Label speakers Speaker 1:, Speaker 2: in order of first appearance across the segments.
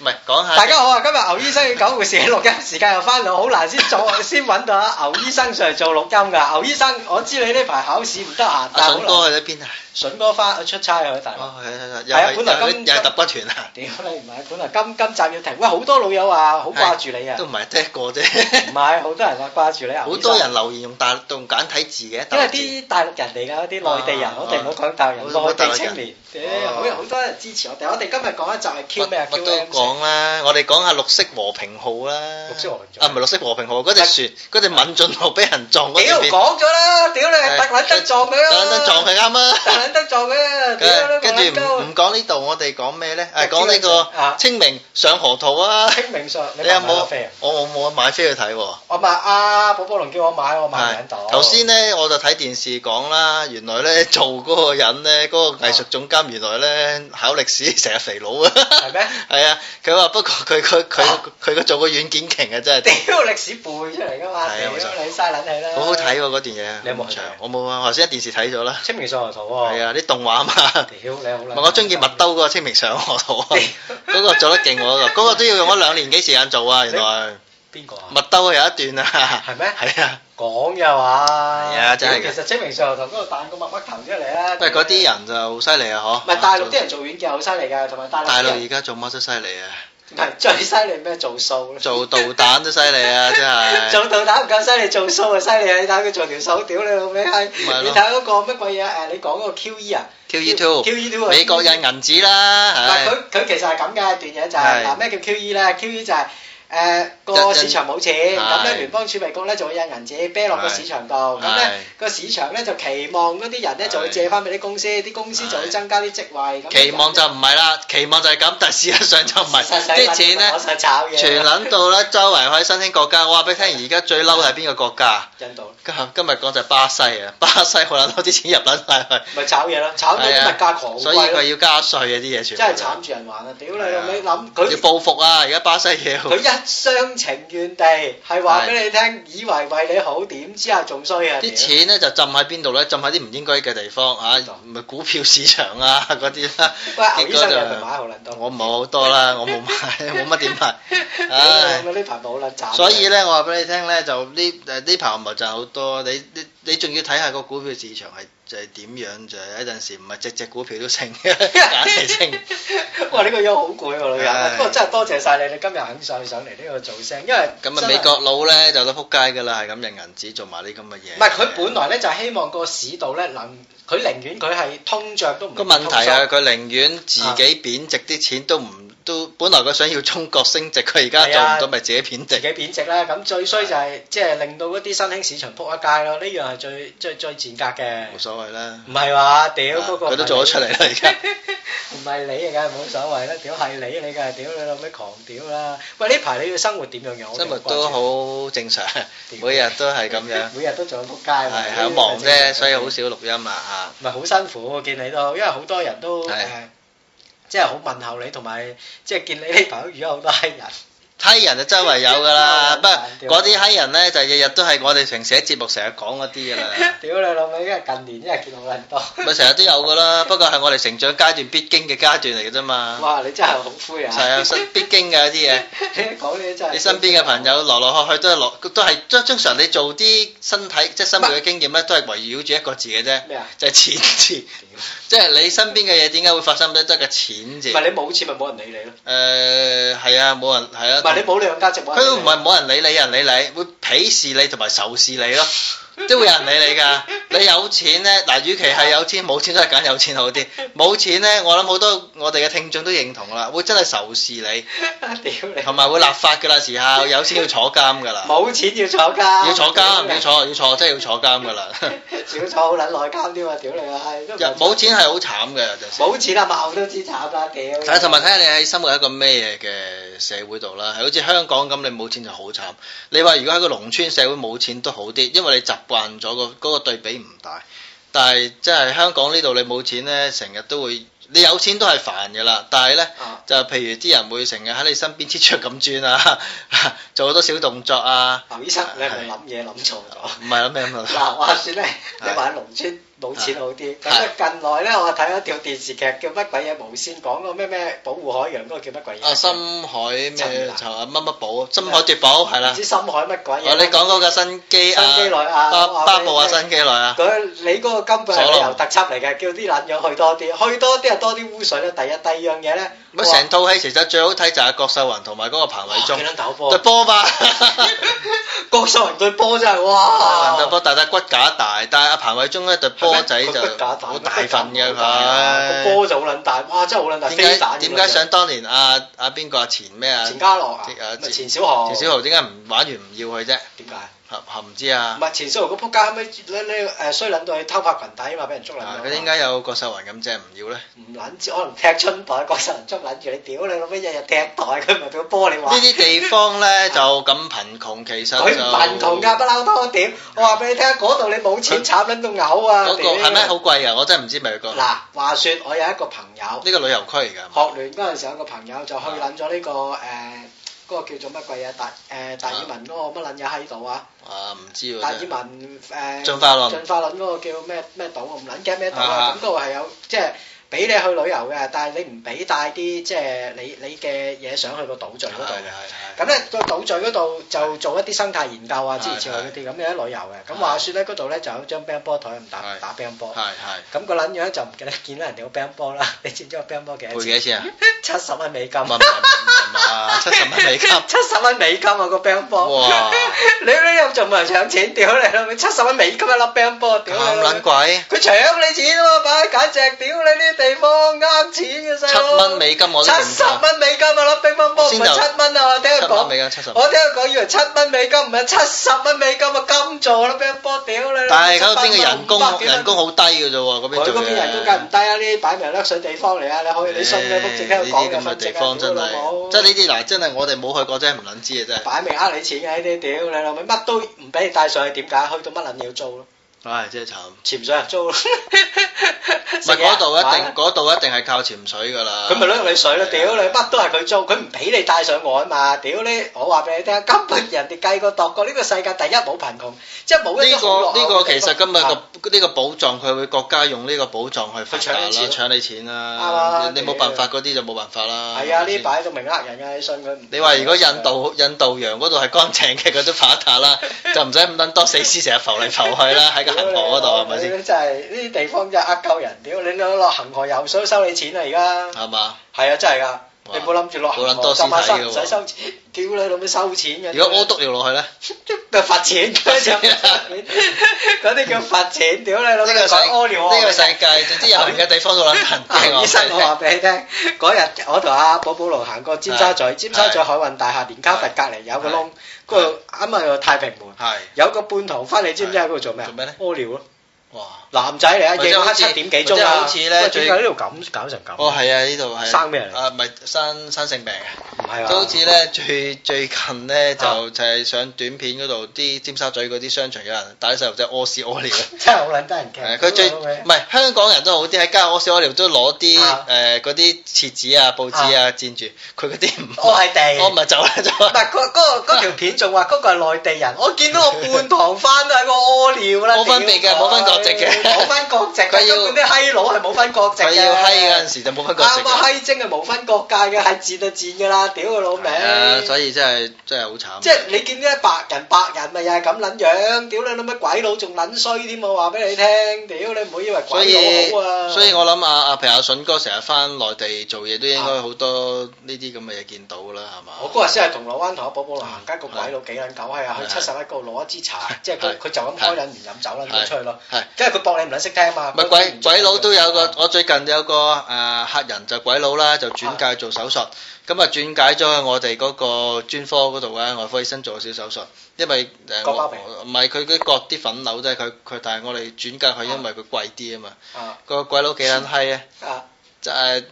Speaker 1: 唔係講下
Speaker 2: 大家好啊！今日牛醫生與狗護士嘅錄音時間又翻到，好難先做 先揾到啊牛醫生上嚟做錄音㗎。牛醫生，我知你呢排考試唔得閒，
Speaker 1: 阿
Speaker 2: 但
Speaker 1: 筍
Speaker 2: 係好難。
Speaker 1: 哥去咗邊啊？
Speaker 2: 筍哥翻出差去大陸。
Speaker 1: 哦，係係係，
Speaker 2: 係啊
Speaker 1: 又
Speaker 2: 本來
Speaker 1: 係又
Speaker 2: 今
Speaker 1: 係又係揼骨團啊！
Speaker 2: 屌你唔係，本來今今集要停，喂好多老友話好掛住你啊
Speaker 1: 都，唔係得一個啫，
Speaker 2: 唔係好多人話掛住你啊，
Speaker 1: 好
Speaker 2: 牛醫
Speaker 1: 多
Speaker 2: 生
Speaker 1: 人留言用大用簡體字嘅，
Speaker 2: 因為
Speaker 1: 大陸字
Speaker 2: 啲大陸人嚟㗎，啲內地人，
Speaker 1: 啊
Speaker 2: 我哋唔好講大陸人，
Speaker 1: 好多
Speaker 2: 內
Speaker 1: 大陸
Speaker 2: 地
Speaker 1: 人
Speaker 2: 青年，屌
Speaker 1: 哦
Speaker 2: 好有好多人支持我哋，我哋今日講一集係 Q 咩啊
Speaker 1: 乜
Speaker 2: ？Q
Speaker 1: 乜
Speaker 2: M
Speaker 1: 都講啦，我哋講下綠色和平號啦。
Speaker 2: 綠色和平號
Speaker 1: 啊，唔係綠色和平號，嗰只船嗰只敏進號俾人撞嗰條
Speaker 2: 屌
Speaker 1: 片，
Speaker 2: 講咗啦，屌你特撚得撞佢啊！
Speaker 1: 特撚得撞佢啱啊！
Speaker 2: 特撚得撞佢啊！屌你
Speaker 1: 跟住
Speaker 2: 冇撚
Speaker 1: 唔
Speaker 2: 鳩
Speaker 1: 唔講呢度，我哋講咩咧？誒，
Speaker 2: 我
Speaker 1: 講呢
Speaker 2: 知道啊
Speaker 1: 個清明上河圖啊！
Speaker 2: 清明上，
Speaker 1: 你
Speaker 2: 你
Speaker 1: 有
Speaker 2: 有冇飛
Speaker 1: 冇
Speaker 2: 啊？？
Speaker 1: 我我冇買飛去睇喎。
Speaker 2: 我咪阿寶寶龍叫我買，我買唔到。
Speaker 1: 頭先咧，我就睇電視講啦，原來咧 做嗰個人咧，嗰、個藝術總監原來咧考歷史 成日肥佬啊，
Speaker 2: 係咩？
Speaker 1: 係啊，佢話不過佢佢佢佢佢做個軟件勁啊， 真係
Speaker 2: 屌歷史背出嚟㗎嘛，
Speaker 1: 係
Speaker 2: 屌
Speaker 1: 啊冇錯
Speaker 2: 你嘥撚氣啦！
Speaker 1: 好好睇喎嗰段嘢。
Speaker 2: 你有冇
Speaker 1: 咁
Speaker 2: 去睇哦
Speaker 1: 長
Speaker 2: 啊？
Speaker 1: 我冇啊，頭先喺電視睇咗啦。
Speaker 2: 清明上河圖喎。
Speaker 1: 係啊，啲動畫啊嘛。
Speaker 2: 屌你好
Speaker 1: 唔
Speaker 2: 撚。
Speaker 1: 係我中意麥兜嗰個清明上河圖 啊，嗰個做得勁喎，嗰個嗰個都要用咗兩年幾時間做啊，原來
Speaker 2: 邊個啊？
Speaker 1: 麥兜有一段 啊，
Speaker 2: 係咩
Speaker 1: 係啊。
Speaker 2: 講嘅話，
Speaker 1: 係啊真係嘅
Speaker 2: 其實清明上河圖嗰度彈個麥麥頭出嚟啊！
Speaker 1: 喂，嗰啲人就好犀利啊，嗬！
Speaker 2: 唔係大陸啲人做軟件好犀利㗎，同埋大陸
Speaker 1: 大
Speaker 2: 啲
Speaker 1: 陸
Speaker 2: 人
Speaker 1: 而家做乜都犀利啊，
Speaker 2: 唔係最犀利咩？做數咧。
Speaker 1: 做導彈都犀利 啊，真係。
Speaker 2: 做導彈唔夠犀利，做數啊犀利啊！你睇佢做條手屌你老味閪，
Speaker 1: 咪係
Speaker 2: 你
Speaker 1: 咯
Speaker 2: 睇嗰個乜鬼嘢？誒，你講嗰個 QE 啊
Speaker 1: QE two，
Speaker 2: QE two à? 啊
Speaker 1: 美國印銀紙啦，
Speaker 2: 唔係
Speaker 1: 唉，
Speaker 2: 佢佢其實係咁嘅一段嘢就係
Speaker 1: 係
Speaker 2: 嗱咩叫 QE 咧？QE 就係誒個
Speaker 1: 印
Speaker 2: 市場冇錢，咁咧
Speaker 1: 係
Speaker 2: 聯邦儲備局咧就會印銀紙啤落個
Speaker 1: 係
Speaker 2: 市場度，咁咧
Speaker 1: 係
Speaker 2: 個市場咧就期望嗰啲人咧就會
Speaker 1: 係
Speaker 2: 借翻俾啲公司，啲公司就會
Speaker 1: 係
Speaker 2: 增加啲職位。咁
Speaker 1: 期望就唔係啦，期望就係咁，但事實上就唔係，
Speaker 2: 實際
Speaker 1: 啲錢
Speaker 2: 我
Speaker 1: 咧
Speaker 2: 想炒嘢，
Speaker 1: 全撚到啦，周圍去新興國家，我話俾你聽，而家最嬲係邊個國家？
Speaker 2: 印度
Speaker 1: 今今日講就係巴西啊， 巴西好撚多啲錢入撚晒去，
Speaker 2: 咪炒嘢咯，炒到啲
Speaker 1: 係啊
Speaker 2: 物價狂
Speaker 1: 所以佢
Speaker 2: 貴咯，
Speaker 1: 要加稅啊啲嘢全部
Speaker 2: 真係慘住人還啊！屌你
Speaker 1: 係啊
Speaker 2: 老味諗佢
Speaker 1: 要。報復啊！而家巴西要
Speaker 2: 佢一廂情願地係話俾你聽，以為為你好，點知啊仲衰啊！
Speaker 1: 啲
Speaker 2: 屌
Speaker 1: 錢咧就浸喺邊度咧？浸喺啲唔應該嘅地方
Speaker 2: 邊度
Speaker 1: 啊，咪股票市場啊嗰啲啦。
Speaker 2: 喂，牛醫生你係咪買
Speaker 1: 結
Speaker 2: 好撚多？
Speaker 1: 我冇好多啦，我冇買，冇乜點買。 唉，
Speaker 2: 呢排冇啦，賺。啊
Speaker 1: 所以咧，我話俾你聽咧，就呢誒呢排我咪賺好多。你你你仲要睇下個股票市場係就係點樣，就係有陣時唔係隻隻股票都升 嘅，揀嚟升。
Speaker 2: 哇！呢個樣好攰喎，女人。啊
Speaker 1: 唉
Speaker 2: 不過真係多謝晒你，你今日肯上上嚟呢度做聲，因為
Speaker 1: 咁啊，
Speaker 2: 真係
Speaker 1: 美。國佬咧就得撲街㗎啦，係咁印銀紙做埋啲咁嘅嘢。
Speaker 2: 唔係佢本來咧就係希望個市道咧能，佢寧願佢係通脹都唔
Speaker 1: 個
Speaker 2: 通
Speaker 1: 問
Speaker 2: 縮
Speaker 1: 題啊，佢寧願自己貶值啲錢都唔都，本來佢想要中國升值，佢而家
Speaker 2: 係
Speaker 1: 做唔
Speaker 2: 啊
Speaker 1: 到，咪自己貶
Speaker 2: 自己
Speaker 1: 值。
Speaker 2: 貶值啦，咁最衰就係即係令到嗰啲新興市場撲一街咯，呢樣係最最最賤格嘅。
Speaker 1: 冇所謂啦，
Speaker 2: 唔係話，屌
Speaker 1: 啊
Speaker 2: 嗰個
Speaker 1: 佢都做咗出嚟啦而家。
Speaker 2: 唔係你啊，梗係冇所謂啦，屌係你，你梗係屌你老味狂屌啦！喂，呢排你嘅生活點樣樣？我哋
Speaker 1: 生活
Speaker 2: 關注
Speaker 1: 都好正常，
Speaker 2: 啊
Speaker 1: 每日都係咁樣，
Speaker 2: 每日都做緊仆街喎
Speaker 1: 係
Speaker 2: 呢
Speaker 1: 係
Speaker 2: 啲
Speaker 1: 好忙
Speaker 2: 真係
Speaker 1: 啫，所以好少錄音啊啊！
Speaker 2: 唔係好辛苦，我見你都，因為好多人都誒
Speaker 1: 係，
Speaker 2: 即係好問候你，同埋即係見你呢排都遇咗好多閪人，
Speaker 1: 閪人就啊周圍有㗎啦，
Speaker 2: 周圍
Speaker 1: 不
Speaker 2: 有
Speaker 1: 過嗰啲閪人咧就日日都係我哋平時喺節目成日講嗰啲㗎啦，
Speaker 2: 屌你老味，因為近年真係見好撚多，
Speaker 1: 咪成日都有㗎啦，不過係我哋成長階段必經嘅階段嚟嘅啫嘛，
Speaker 2: 哇！你真係好灰啊！
Speaker 1: 係啊，必經嘅有啲嘢。
Speaker 2: 你一 講你真係
Speaker 1: 你身邊嘅朋友來來去去都係落，都係通通常你做啲身體即係生活嘅經驗咧，都係圍繞住一個字嘅啫，
Speaker 2: 咩啊？
Speaker 1: 就係錢字。即係你身邊嘅嘢點解會發生得得個錢字？
Speaker 2: 唔
Speaker 1: 誒
Speaker 2: 係你冇錢咪冇人理你咯，
Speaker 1: 係啊，冇人係
Speaker 2: 唔係你
Speaker 1: 啊，
Speaker 2: 冇兩價值冇
Speaker 1: 佢
Speaker 2: 人
Speaker 1: 都
Speaker 2: 理
Speaker 1: 唔
Speaker 2: 你。
Speaker 1: 係冇人理你，有人理你，會鄙視你同埋仇視你 咯，都會有人理你㗎。你有錢咧，嗱，與其係有錢冇錢都係揀有錢好啲，冇錢咧，我諗好多我哋嘅聽眾都認同啦，會真係仇視你，
Speaker 2: 屌你！
Speaker 1: 同埋會立法㗎啦，時候有錢要坐監㗎啦。
Speaker 2: 冇錢要坐監，
Speaker 1: 要坐監，
Speaker 2: 屌
Speaker 1: 要
Speaker 2: 你，
Speaker 1: 坐要坐，真係要坐監噶 啦！
Speaker 2: 要坐好撚耐監添啊！屌你啊，係都唔
Speaker 1: 又
Speaker 2: 係
Speaker 1: 冇錢係好慘嘅，有陣時。
Speaker 2: 冇錢啊，鬧都知慘啦，屌！
Speaker 1: 但係同埋睇下你喺生活喺一個咩嘅社會度啦，係好似香港咁，你冇錢就好慘。你話如果喺個農村社會冇錢都好啲，因為你習慣咗個嗰個對比唔大。但係即係香港呢度你冇錢呢，成日都會你有錢都係煩嘅啦。但係呢，
Speaker 2: 啊
Speaker 1: 就譬如啲人會成日喺你身邊黐着咁轉啊， 做好多小動作啊，Ờ.
Speaker 2: 牛醫生，你係咪諗嘢諗錯咗？
Speaker 1: 唔係啦咩咁啊
Speaker 2: 嗱，話説咧，你
Speaker 1: 係
Speaker 2: 話喺農村冇錢好啲。
Speaker 1: 係
Speaker 2: 咁啊，近來咧我睇咗條電視劇叫乜鬼嘢無線講嗰個咩咩保護海洋嗰個叫乜鬼嘢？
Speaker 1: 啊，深海
Speaker 2: 陳
Speaker 1: 咩
Speaker 2: 達
Speaker 1: 就啊乜乜寶，深海奪寶係
Speaker 2: 唔
Speaker 1: 啦。
Speaker 2: 知深海乜鬼嘢？
Speaker 1: 哦，你講嗰個新機啊，
Speaker 2: 新機女啊
Speaker 1: 巴
Speaker 2: 我話
Speaker 1: 巴
Speaker 2: 俾你
Speaker 1: 布啊，
Speaker 2: 聽
Speaker 1: 新機女啊，
Speaker 2: 佢你嗰個根本係
Speaker 1: 所
Speaker 2: 旅
Speaker 1: 咯
Speaker 2: 遊特輯嚟嘅，叫啲撚樣去多啲，去多啲啊多啲污水啦。第一第二樣嘢咧，
Speaker 1: 咪啊成套戲其實最好睇就係郭秀雲同埋嗰個彭偉
Speaker 2: 哇幾撚大
Speaker 1: 忠
Speaker 2: 波
Speaker 1: 對波嘛，
Speaker 2: 郭秀雲對波真係
Speaker 1: 雲 對
Speaker 2: 哇！
Speaker 1: 波，但係骨架大，但係阿彭偉忠咧對波仔就好大份嘅
Speaker 2: 個
Speaker 1: 佢。
Speaker 2: 波就好撚大，哇！真係好撚大，
Speaker 1: 點
Speaker 2: 飛
Speaker 1: 解
Speaker 2: 彈
Speaker 1: 點解想當年阿阿邊個啊錢咩啊
Speaker 2: 錢嘉樂啊
Speaker 1: 錢啊？
Speaker 2: 咪錢小豪
Speaker 1: 錢小豪點解唔玩完唔要佢啫？
Speaker 2: 點解？
Speaker 1: 合合唔知啊
Speaker 2: 唔。係錢小豪個撲街後尾你你誒衰撚到去偷拍裙底啊嘛，俾人捉撚
Speaker 1: 啊
Speaker 2: 到。
Speaker 1: 佢點解有郭秀雲咁啫唔要咧？
Speaker 2: 唔撚知？可能踢春袋，郭秀雲捉撚住你，屌你老味，日日踢袋，佢唔係俾個波你
Speaker 1: 呢
Speaker 2: 玩。
Speaker 1: 啲地方咧就咁貧窮，其實
Speaker 2: 佢
Speaker 1: 就
Speaker 2: 唔貧窮㗎，不嬲多點。我話俾你聽，嗰度你冇錢慘撚到嘔啊！
Speaker 1: 嗰個
Speaker 2: 屌
Speaker 1: 係咩好貴啊㗎？我真係唔知美國。
Speaker 2: 嗱，話説我有一個朋友，
Speaker 1: 呢個旅遊區嚟㗎。
Speaker 2: 學聯嗰陣時有個朋友就去
Speaker 1: 啊
Speaker 2: 撚咗呢個誒嗰個叫做乜鬼嘢？達誒達爾文嗰個乜撚嘢喺度啊？
Speaker 1: 啊，唔知喎。
Speaker 2: 達爾
Speaker 1: 真係
Speaker 2: 文誒
Speaker 1: 進化論
Speaker 2: 進化論嗰個叫咩咩島，我唔撚驚咩島啦
Speaker 1: 啊。
Speaker 2: 咁嗰個係有即係俾你去旅遊嘅，但係你唔俾帶啲即係你你嘅嘢想去個島嶼嗰度
Speaker 1: 啊
Speaker 2: 嘅。咁咧個島嶼嗰度就做一啲生態研究啊，之類之類嗰啲咁嘅旅遊嘅。咁話説咧，嗰度咧就有張乒乓波台咁打
Speaker 1: 係
Speaker 2: 打乒乓波。
Speaker 1: 係係
Speaker 2: 咁個撚樣就唔記得見到人哋個乒乓波啦。你知唔知個乒乓波幾多
Speaker 1: 賠幾
Speaker 2: 錢？
Speaker 1: 多錢啊？
Speaker 2: 七十蚊美金
Speaker 1: 啊唔。係唔係唔係嘛，七十 蚊美金。
Speaker 2: 七十蚊美金啊個乒乓波。
Speaker 1: 哇！
Speaker 2: 你你又仲冇人搶錢？屌你老味！七十蚊美金一粒乒乓波，屌
Speaker 1: 咁
Speaker 2: 你
Speaker 1: 撚
Speaker 2: 老味！
Speaker 1: 貴，
Speaker 2: 佢搶你錢喎，擺簡直屌你呢啲地方呃錢嘅細
Speaker 1: 七
Speaker 2: 佬。
Speaker 1: 蚊美金我
Speaker 2: 七
Speaker 1: 都唔
Speaker 2: 十蚊美金啊粒乒乓波唔
Speaker 1: 先就
Speaker 2: 係七蚊啊！我聽佢
Speaker 1: 七蚊
Speaker 2: 講
Speaker 1: 美。金七十。
Speaker 2: 我聽佢講以為七蚊美金唔係七十蚊美金啊，金座啦，俾一波屌你！
Speaker 1: 但係嗰邊嘅人工人工
Speaker 2: 好，
Speaker 1: 好低嘅啫喎，嗰邊
Speaker 2: 佢
Speaker 1: 做
Speaker 2: 嗰邊
Speaker 1: 嘢。
Speaker 2: 人工梗係唔低啊！呢啲擺明甩水地方嚟啊！你可以你信嘅，福正聽佢講
Speaker 1: 呢啲
Speaker 2: 嘅
Speaker 1: 咁嘅
Speaker 2: 分
Speaker 1: 地
Speaker 2: 析啊，
Speaker 1: 方
Speaker 2: 屌
Speaker 1: 真
Speaker 2: 老
Speaker 1: 係，
Speaker 2: 母！
Speaker 1: 即係呢啲嗱，真係我哋冇去過真係唔撚知嘅真係。
Speaker 2: 擺明呃你錢嘅呢啲，屌你老味，乜都唔俾你帶上去，點解？去到乜撚要租咯？
Speaker 1: 唉，真係慘。
Speaker 2: 潛水人租咯，
Speaker 1: 唔
Speaker 2: 唔
Speaker 1: 係嗰度一定，嗰度一定係靠潛水㗎啦。
Speaker 2: 佢啊咪掠你水咯，屌你乜都係佢租，佢唔俾你帶上岸嘛，屌你！我話俾你聽，根本人哋計過度過呢個世界第一冇貧窮，即係冇一
Speaker 1: 呢
Speaker 2: 種好落
Speaker 1: 個呢
Speaker 2: 後
Speaker 1: 個
Speaker 2: 嘅地
Speaker 1: 其實今
Speaker 2: 方
Speaker 1: 日
Speaker 2: 啊
Speaker 1: 個呢個寶藏，佢會國家用呢個寶藏去發達啦，
Speaker 2: 去搶你錢
Speaker 1: 搶你錢
Speaker 2: 啱啊
Speaker 1: 啦，你你冇辦法嗰啲就冇辦法啦。
Speaker 2: 係啊，
Speaker 1: 係咪
Speaker 2: 呢
Speaker 1: 先
Speaker 2: 擺到明呃人㗎，你信佢唔？
Speaker 1: 你話如果
Speaker 2: Ờ.
Speaker 1: 印
Speaker 2: 啊
Speaker 1: 度印度洋嗰度係乾淨嘅，佢都發達 啦，就唔使咁撚多死屍成日浮嚟浮去啦，喺個恆河嗰度係咪先？
Speaker 2: 先？真係啊呢啲地方真係呃鳩人，屌你都落恒河游水收你錢啊！而家
Speaker 1: 係嘛？
Speaker 2: 係啊，真係㗎，你冇諗住落恒
Speaker 1: 好撚
Speaker 2: 河
Speaker 1: 多
Speaker 2: 浸下
Speaker 1: 屍體㗎
Speaker 2: 身
Speaker 1: 喎
Speaker 2: 唔使收錢，屌你老味收錢嘅。
Speaker 1: 如果屙篤尿落去咧，呢
Speaker 2: 咪罰錢，嗰啲 叫罰錢嗰啲叫罰錢，屌你老味！
Speaker 1: 個世
Speaker 2: 講屙尿我
Speaker 1: 呢個世界，總之有人嘅地方都撚人 驚
Speaker 2: 醫生，我話
Speaker 1: 我。
Speaker 2: 俾你聽，嗰日我同阿寶寶龍行過尖沙咀，
Speaker 1: 係
Speaker 2: 尖沙咀海運大廈連卡佛隔離有個
Speaker 1: 啊
Speaker 2: 窿，嗰度啱啱有個太平門，
Speaker 1: 係
Speaker 2: 有個半堂翻，你知唔知喺嗰度做咩啊？
Speaker 1: 做咩咧
Speaker 2: 屙尿咯，
Speaker 1: 哇！
Speaker 2: 男仔嚟啊，
Speaker 1: 或者
Speaker 2: 夜晚
Speaker 1: 好似
Speaker 2: 七點幾鐘啊，
Speaker 1: 或者好似咧
Speaker 2: 喂
Speaker 1: 最
Speaker 2: 點解呢度咁搞成咁？
Speaker 1: 哦，係啊，呢度係
Speaker 2: 生咩嚟
Speaker 1: 啊，唔係生生性病啊。
Speaker 2: 唔係啊，
Speaker 1: 就好似咧最最近咧就
Speaker 2: 啊
Speaker 1: 就係上短片嗰度啲尖沙咀嗰啲商場有人帶啲細路仔屙屎屙尿，
Speaker 2: 真係好撚得人
Speaker 1: 係
Speaker 2: 驚。
Speaker 1: 佢最
Speaker 2: 屌你老
Speaker 1: 唔
Speaker 2: 味
Speaker 1: 係香港人都好啲喺街屙屎屙尿都攞啲
Speaker 2: 啊
Speaker 1: 誒嗰啲廁紙啊報紙啊墊住，佢嗰啲唔
Speaker 2: 我哦係地
Speaker 1: 我唔係走啦走
Speaker 2: 唔
Speaker 1: 啦，
Speaker 2: 係嗰 嗰嗰條片仲話嗰個係內地人，我見到個半堂翻都係個屙尿啦，
Speaker 1: 冇分別嘅
Speaker 2: 屌
Speaker 1: 冇分國籍嘅
Speaker 2: 冇分國籍嘅，啊
Speaker 1: 佢要
Speaker 2: 根本啲閪佬係冇分國籍嘅。
Speaker 1: 佢要閪嗰陣時就冇乜國籍
Speaker 2: 啱啊！
Speaker 1: 嘅，
Speaker 2: 閪精係無分國界嘅，係賤就賤㗎啦，屌佢老味！
Speaker 1: 係啊，所以真係真係好慘，啊
Speaker 2: 即係你見啲白人白人咪又係咁撚樣，屌你老乜鬼佬仲撚衰添，我話俾你聽，屌你唔好以為
Speaker 1: 所
Speaker 2: 鬼
Speaker 1: 以
Speaker 2: 佬好啊！
Speaker 1: 所以我諗啊啊，譬如阿筍哥成日翻內地做嘢，都應該好多呢啲咁嘅嘢見到啦，係嘛？
Speaker 2: 啊我嗰日先係銅鑼灣同阿寶寶行街，個鬼佬幾撚狗閪啊！去七十一嗰度攞一支茶，即係佢佢就咁開撚完飲酒撚咗出去咯。
Speaker 1: 係。
Speaker 2: 因為佢搏啊你唔撚識聽嘛。
Speaker 1: 唔係鬼鬼佬都有個，我最近有個誒、呃客人就鬼佬啦，就轉介做手術，咁啊轉介咗去我哋嗰個專科嗰度啊咧，外科醫生做少手術，因為誒
Speaker 2: 割包
Speaker 1: 我
Speaker 2: 皮
Speaker 1: 我唔係佢佢割啲粉瘤啫，佢佢但係我啊
Speaker 2: Ờ.
Speaker 1: 哋轉介佢，因為佢貴啲啊嘛，
Speaker 2: 啊
Speaker 1: 個鬼佬幾撚閪啊，
Speaker 2: 啊
Speaker 1: 就係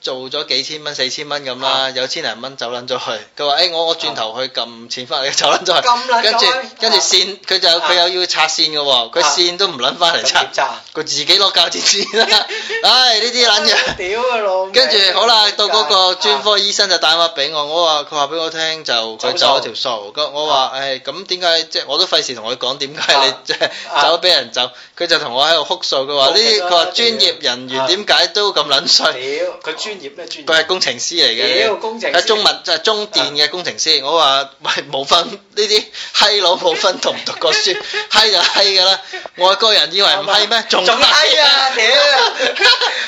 Speaker 1: 做咗幾千蚊、四千蚊咁啦，有千零蚊走撚咗去。佢話：誒，哎我我轉頭去撳錢翻嚟，走撚咗去。
Speaker 2: 啊咁撚啊
Speaker 1: 跟住
Speaker 2: 咗
Speaker 1: 跟住線，佢就佢又要拆線嘅喎，
Speaker 2: 啊
Speaker 1: 佢線都唔撚翻嚟拆
Speaker 2: 點，咋？
Speaker 1: 佢自己攞鉸剪線 啦。唉，呢啲撚嘢。
Speaker 2: 屌嘅老味。
Speaker 1: 跟住好啦，到嗰
Speaker 2: 啊
Speaker 1: 個
Speaker 2: À,
Speaker 1: 專科醫生就打電話俾我，我話佢話俾我聽就佢走咗條數，咁我話誒咁點解即係我都費事同佢講點解你
Speaker 2: 啊
Speaker 1: 即係走咗俾人走，佢就同我喺度哭訴，佢話呢啲佢話專業人員點解都咁撚
Speaker 2: 啊。
Speaker 1: 衰，
Speaker 2: 屌，佢啊專業咩專業？
Speaker 1: 佢係工程師嚟
Speaker 2: 屌
Speaker 1: 嘅。啊
Speaker 2: 工程師。啊
Speaker 1: 係中文就係中電嘅工程師，我話喂冇分呢啲閪佬冇分讀唔讀過 書，閪就閪㗎啦。外國人以為唔閪咩？仲
Speaker 2: 仲閪啊！屌，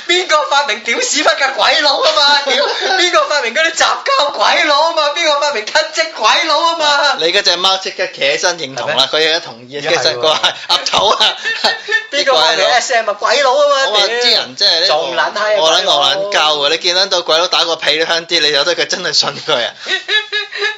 Speaker 2: 邊個發明屌屎忽嘅鬼佬啊嘛？屌， 邊個發明嗰啲雜交鬼佬啊嘛？邊個發明吞積鬼佬啊嘛？
Speaker 1: 你嗰只貓即刻企起身認同啦，佢而家同意，其實佢 話鴨頭啊，
Speaker 2: 邊個發
Speaker 1: 你
Speaker 2: 明
Speaker 1: 鬼佬
Speaker 2: SM 啊鬼佬啊嘛？
Speaker 1: 我話
Speaker 2: 屌
Speaker 1: 啲人真係咧，
Speaker 2: 仲撚閪啊
Speaker 1: 我
Speaker 2: 鬼
Speaker 1: 撚
Speaker 2: 佬
Speaker 1: 我撚鳩啊！你見撚到鬼佬打個屁都香啲，你由得佢真係信佢 啊！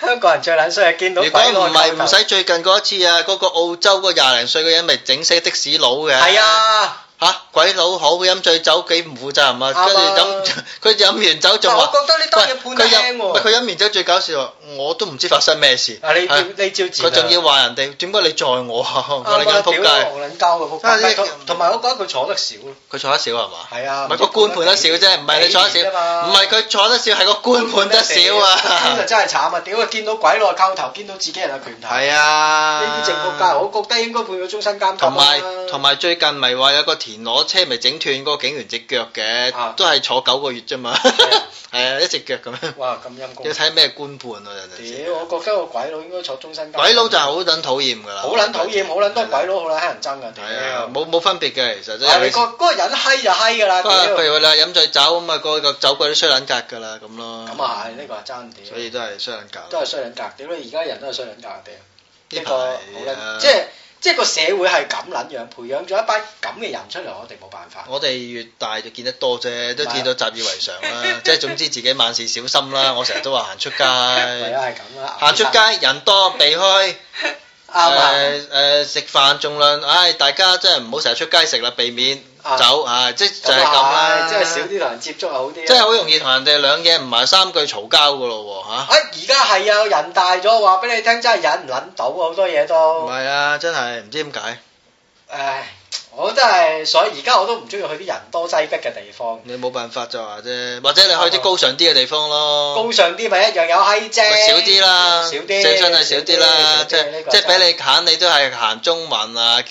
Speaker 2: 香港人最撚衰係見到
Speaker 1: 如果
Speaker 2: 鬼佬啊
Speaker 1: 唔
Speaker 2: 就
Speaker 1: 係
Speaker 2: 叩頭
Speaker 1: 唔使最近嗰一次啊，嗰個澳洲嗰廿零歲嘅人咪整死的士佬嘅。
Speaker 2: 係啊！
Speaker 1: 嚇鬼佬好飲醉酒幾唔負責任啊！
Speaker 2: 啱
Speaker 1: 跟
Speaker 2: 啊
Speaker 1: 住飲 佢飲完酒仲
Speaker 2: 但我
Speaker 1: 話，
Speaker 2: 覺得呢單嘢判
Speaker 1: 喂
Speaker 2: 得
Speaker 1: 佢
Speaker 2: 輕
Speaker 1: 飲唔係
Speaker 2: 喎。
Speaker 1: 佢飲完酒最搞笑啊，我都唔知發生咩事。
Speaker 2: 啊！你照
Speaker 1: 係
Speaker 2: 你照啊字
Speaker 1: 佢仲要話人哋點解你在我啊？我哋間仆街，
Speaker 2: 我撚鳩嘅
Speaker 1: 啊呢
Speaker 2: 仆街，同埋我覺得佢坐得少咯。
Speaker 1: 佢坐得少係嘛？
Speaker 2: 係啊，
Speaker 1: 唔係個官判得少啫，唔係你坐得
Speaker 2: 幾年啫
Speaker 1: 少，
Speaker 2: 嘛
Speaker 1: 唔係佢坐得少，係個官判得少
Speaker 2: 咁就
Speaker 1: 啊！
Speaker 2: 真係慘啊！屌佢見到鬼佬就叩頭，見到自己人就拳頭。
Speaker 1: 係啊，
Speaker 2: 呢啲政府家，我覺得應該判咗終身監禁啦啊
Speaker 1: 同埋
Speaker 2: ờ.
Speaker 1: 同埋最近咪話有個田螺車咪整斷個警員隻腳嘅
Speaker 2: 啊，
Speaker 1: 都係坐九個月啫嘛， 係啊，一隻腳咁樣，
Speaker 2: 哇咁陰公。
Speaker 1: 要睇咩官判啊！有陣時
Speaker 2: 屌，我覺得個鬼佬應該坐終身監禁。
Speaker 1: 鬼佬就係好撚討厭㗎啦，
Speaker 2: 好撚討厭，好撚多鬼
Speaker 1: 佬，
Speaker 2: 佬，好撚乞人憎㗎。屌
Speaker 1: 係啊，冇冇分別嘅其實，即
Speaker 2: 係你個
Speaker 1: 係。
Speaker 2: 嗰個人閪就閪㗎啦，屌。
Speaker 1: 啊譬如話你飲醉酒咁啊，個個酒鬼都衰撚格㗎啦，咁咯。
Speaker 2: 咁啊係，呢個係真屌
Speaker 1: 所。以都係衰撚格。
Speaker 2: 都係衰撚格，屌你而家人都係衰撚格，屌
Speaker 1: 呢
Speaker 2: 呢
Speaker 1: 排
Speaker 2: 個好撚，
Speaker 1: 啊
Speaker 2: 即係即係個社會係咁撚樣培養咗一班咁嘅人出嚟，我哋冇辦法。
Speaker 1: 我哋越大就見得多啫，都見到習以為常 啦。即係總之自己萬事小心啦。我成日都話行出
Speaker 2: 係
Speaker 1: 街，
Speaker 2: 啊，係咁啦。
Speaker 1: 行出街人多避開。
Speaker 2: 啱啊，
Speaker 1: 誒誒食飯盡量，唉大家真係唔好成日出街食啦，避免
Speaker 2: 啊
Speaker 1: 酒啊，即係就係
Speaker 2: 咁
Speaker 1: 咁啦。
Speaker 2: 啊，即係少啲同人接觸係好啲啊。
Speaker 1: 即係好容易同人哋兩嘢唔埋三句嘈交㗎咯喎嚇。
Speaker 2: 啊！而家係啊，人大咗，話俾你聽，真係忍唔撚到啊好多嘢
Speaker 1: 唔
Speaker 2: 都。
Speaker 1: 係啊，真係唔知點解，
Speaker 2: 唉，我真係，所以而家我都唔中意去啲人多擠逼嘅地方。
Speaker 1: 你冇辦法就話啫，或者你去啲高尚啲嘅地方咯。
Speaker 2: 高尚啲咪一樣有閪啫。
Speaker 1: 哦咪少啲啦，
Speaker 2: 少啲，
Speaker 1: 最真係少啲
Speaker 2: 少
Speaker 1: 啦，即
Speaker 2: 呢
Speaker 1: 係
Speaker 2: 個
Speaker 1: 即
Speaker 2: 真
Speaker 1: 係俾你行，你都係行中環啊，誒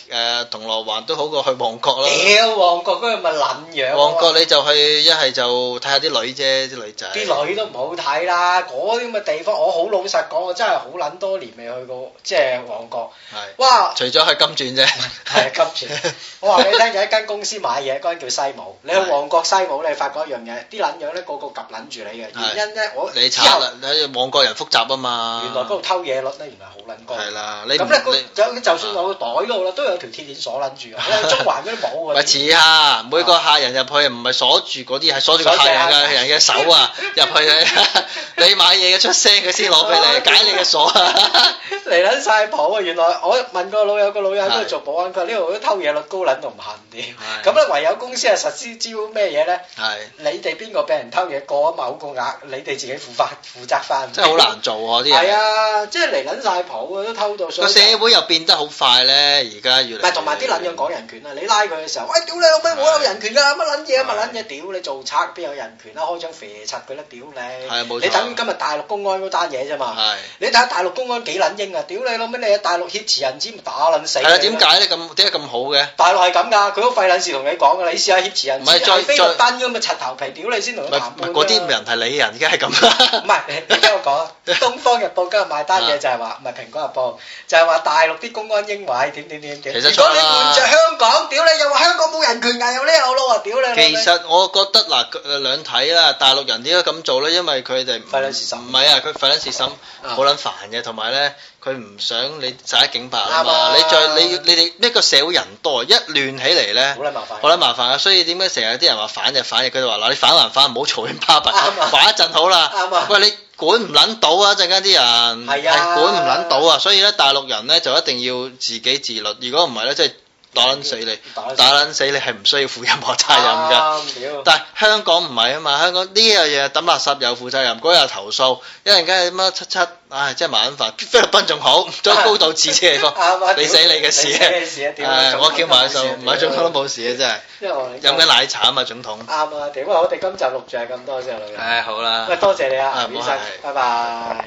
Speaker 1: 銅鑼灣都好過去旺角啦。
Speaker 2: 屌旺角嗰個咪撚樣啊。
Speaker 1: 旺角你就去一係就睇下啲女啫，啲女仔。
Speaker 2: 啲女都唔好睇啦，嗰啲咁嘅地方，我好老實講，我真係好撚多年未去過，即係旺角。
Speaker 1: 係，
Speaker 2: 哇！
Speaker 1: 除咗去金鑽啫。
Speaker 2: 係啊，急住。我話俾你聽，有一間公司買嘢，嗰間叫西武。你去
Speaker 1: 係
Speaker 2: 旺角西武，你發覺一樣嘢，啲撚樣咧個個夾撚住你嘅。
Speaker 1: 係
Speaker 2: 原因咧，我
Speaker 1: 你
Speaker 2: 之
Speaker 1: 慘
Speaker 2: 後
Speaker 1: 啦，你旺角人複雜啊嘛。
Speaker 2: 原來嗰度偷嘢率咧，原來好撚高。
Speaker 1: 係啦，你唔
Speaker 2: 咁咧，個
Speaker 1: 你
Speaker 2: 有就算有個袋度啦，都有條鐵鏈鎖撚住 嘅。我喺中環嗰啲冇
Speaker 1: 咪
Speaker 2: 啊。
Speaker 1: 似啊！每個客人入去唔係鎖住嗰啲，係鎖住個客人嘅人嘅手 啊！入去啊 你買嘢嘅出聲，佢先攞俾你解你嘅鎖啊！
Speaker 2: 嚟撚晒譜啊！原來我問個老友，個老友喺度做保安，佢話呢度啲偷嘢率高撚到唔行啲。
Speaker 1: 係
Speaker 2: 咁咧，唯有公司係實施招咩嘢咧？
Speaker 1: 係。
Speaker 2: 你哋邊個俾人偷嘢過咗某個額，你哋自己負翻負責翻。
Speaker 1: 真係好難做喎啲
Speaker 2: 係
Speaker 1: 人。
Speaker 2: 啊，即係嚟撚晒譜啊，都偷到。所以
Speaker 1: 個社會又變得好快咧，而家越
Speaker 2: 唔
Speaker 1: 嚟越
Speaker 2: 係同埋啲撚樣講人權啊！你拉佢嘅時候，喂，屌你老味，我有人權㗎，乜撚嘢啊，乜撚嘢，屌你做賊邊有人權啊？開槍射柒佢啦，屌你！
Speaker 1: 係啊冇錯嗯
Speaker 2: 你等於啊今日大陸公安嗰單嘢啫嘛。
Speaker 1: 係
Speaker 2: 你睇下大陸公安幾撚英啊！屌你老味，你喺大陸挾持人質咪打撚死你啊
Speaker 1: 係啦，
Speaker 2: 啦。
Speaker 1: 點解咧咁點解咁好嘅？
Speaker 2: 大陸係咁㗎，佢都費撚事同你講㗎啦，你試下挾持人
Speaker 1: 唔係
Speaker 2: 質，
Speaker 1: 再
Speaker 2: 係菲律
Speaker 1: 再
Speaker 2: 賓咁嘅柒頭皮，屌你先同
Speaker 1: 唔
Speaker 2: 佢
Speaker 1: 係唔
Speaker 2: 談
Speaker 1: 係
Speaker 2: 判
Speaker 1: 嗰
Speaker 2: 㗎
Speaker 1: 啲人係你人，啊而家係咁啦。
Speaker 2: 唔係，你聽 我講啊，《東方日報》今日買單嘢就係話，唔係《蘋果日報》，就係話大陸啲公安英偉點點點點。
Speaker 1: 其實
Speaker 2: 如果你
Speaker 1: 錯啦
Speaker 2: 換着香港，屌你又話香港冇人權㗎，又呢又撈啊，屌你老味！
Speaker 1: 其實我覺得嗱佢呃兩睇啦，大陸人點解咁做咧？因為佢哋唔
Speaker 2: 費撚事心
Speaker 1: 唔係啊，佢費撚事心，
Speaker 2: 啊
Speaker 1: 好撚煩嘅，同埋咧佢唔想你殺一儆百啊
Speaker 2: 啱
Speaker 1: 嘛。
Speaker 2: 啊
Speaker 1: 你再你你哋呢個社會人多，一亂起嚟咧
Speaker 2: 好。撚麻煩。
Speaker 1: 好啦，麻煩啊！所以點解成日啲人話反就反嘅？佢就話嗱，你反還反，唔好嘈亂巴閉
Speaker 2: 啱啊，
Speaker 1: 反一陣好啦。
Speaker 2: 啱啊
Speaker 1: 喂，你管唔撚到啊！一陣間啲人
Speaker 2: 係啊
Speaker 1: 管唔撚到啊！所以咧，大陸人咧就一定要自己自律。如果唔係咧，即係打撚死你，
Speaker 2: 打撚死
Speaker 1: 打撚死你係唔需要負任何責任㗎。
Speaker 2: 啱屌
Speaker 1: 但係香港唔係啊嘛，香港呢樣嘢抌垃圾又負責任，嗰日投訴，一陣間乜七七，唉，真係麻煩。菲律賓仲好，再高度自治地 方，
Speaker 2: 啱啊！
Speaker 1: 你死你嘅事啊！
Speaker 2: 你死你嘅事啊！
Speaker 1: 唉
Speaker 2: 屌，
Speaker 1: 我叫埋數，
Speaker 2: 總統都冇事啊
Speaker 1: 唔係總統都，冇事啊，真係
Speaker 2: 因為我哋
Speaker 1: 飲緊奶茶啊嘛，總統。
Speaker 2: 啱啊！屌，我哋今集錄住係咁多先啊，老友。
Speaker 1: 唉，好啦
Speaker 2: 喂，。多謝你啊，
Speaker 1: 啊
Speaker 2: 吳
Speaker 1: 唔
Speaker 2: 醫
Speaker 1: 好
Speaker 2: 生
Speaker 1: 客氣，
Speaker 2: 拜拜。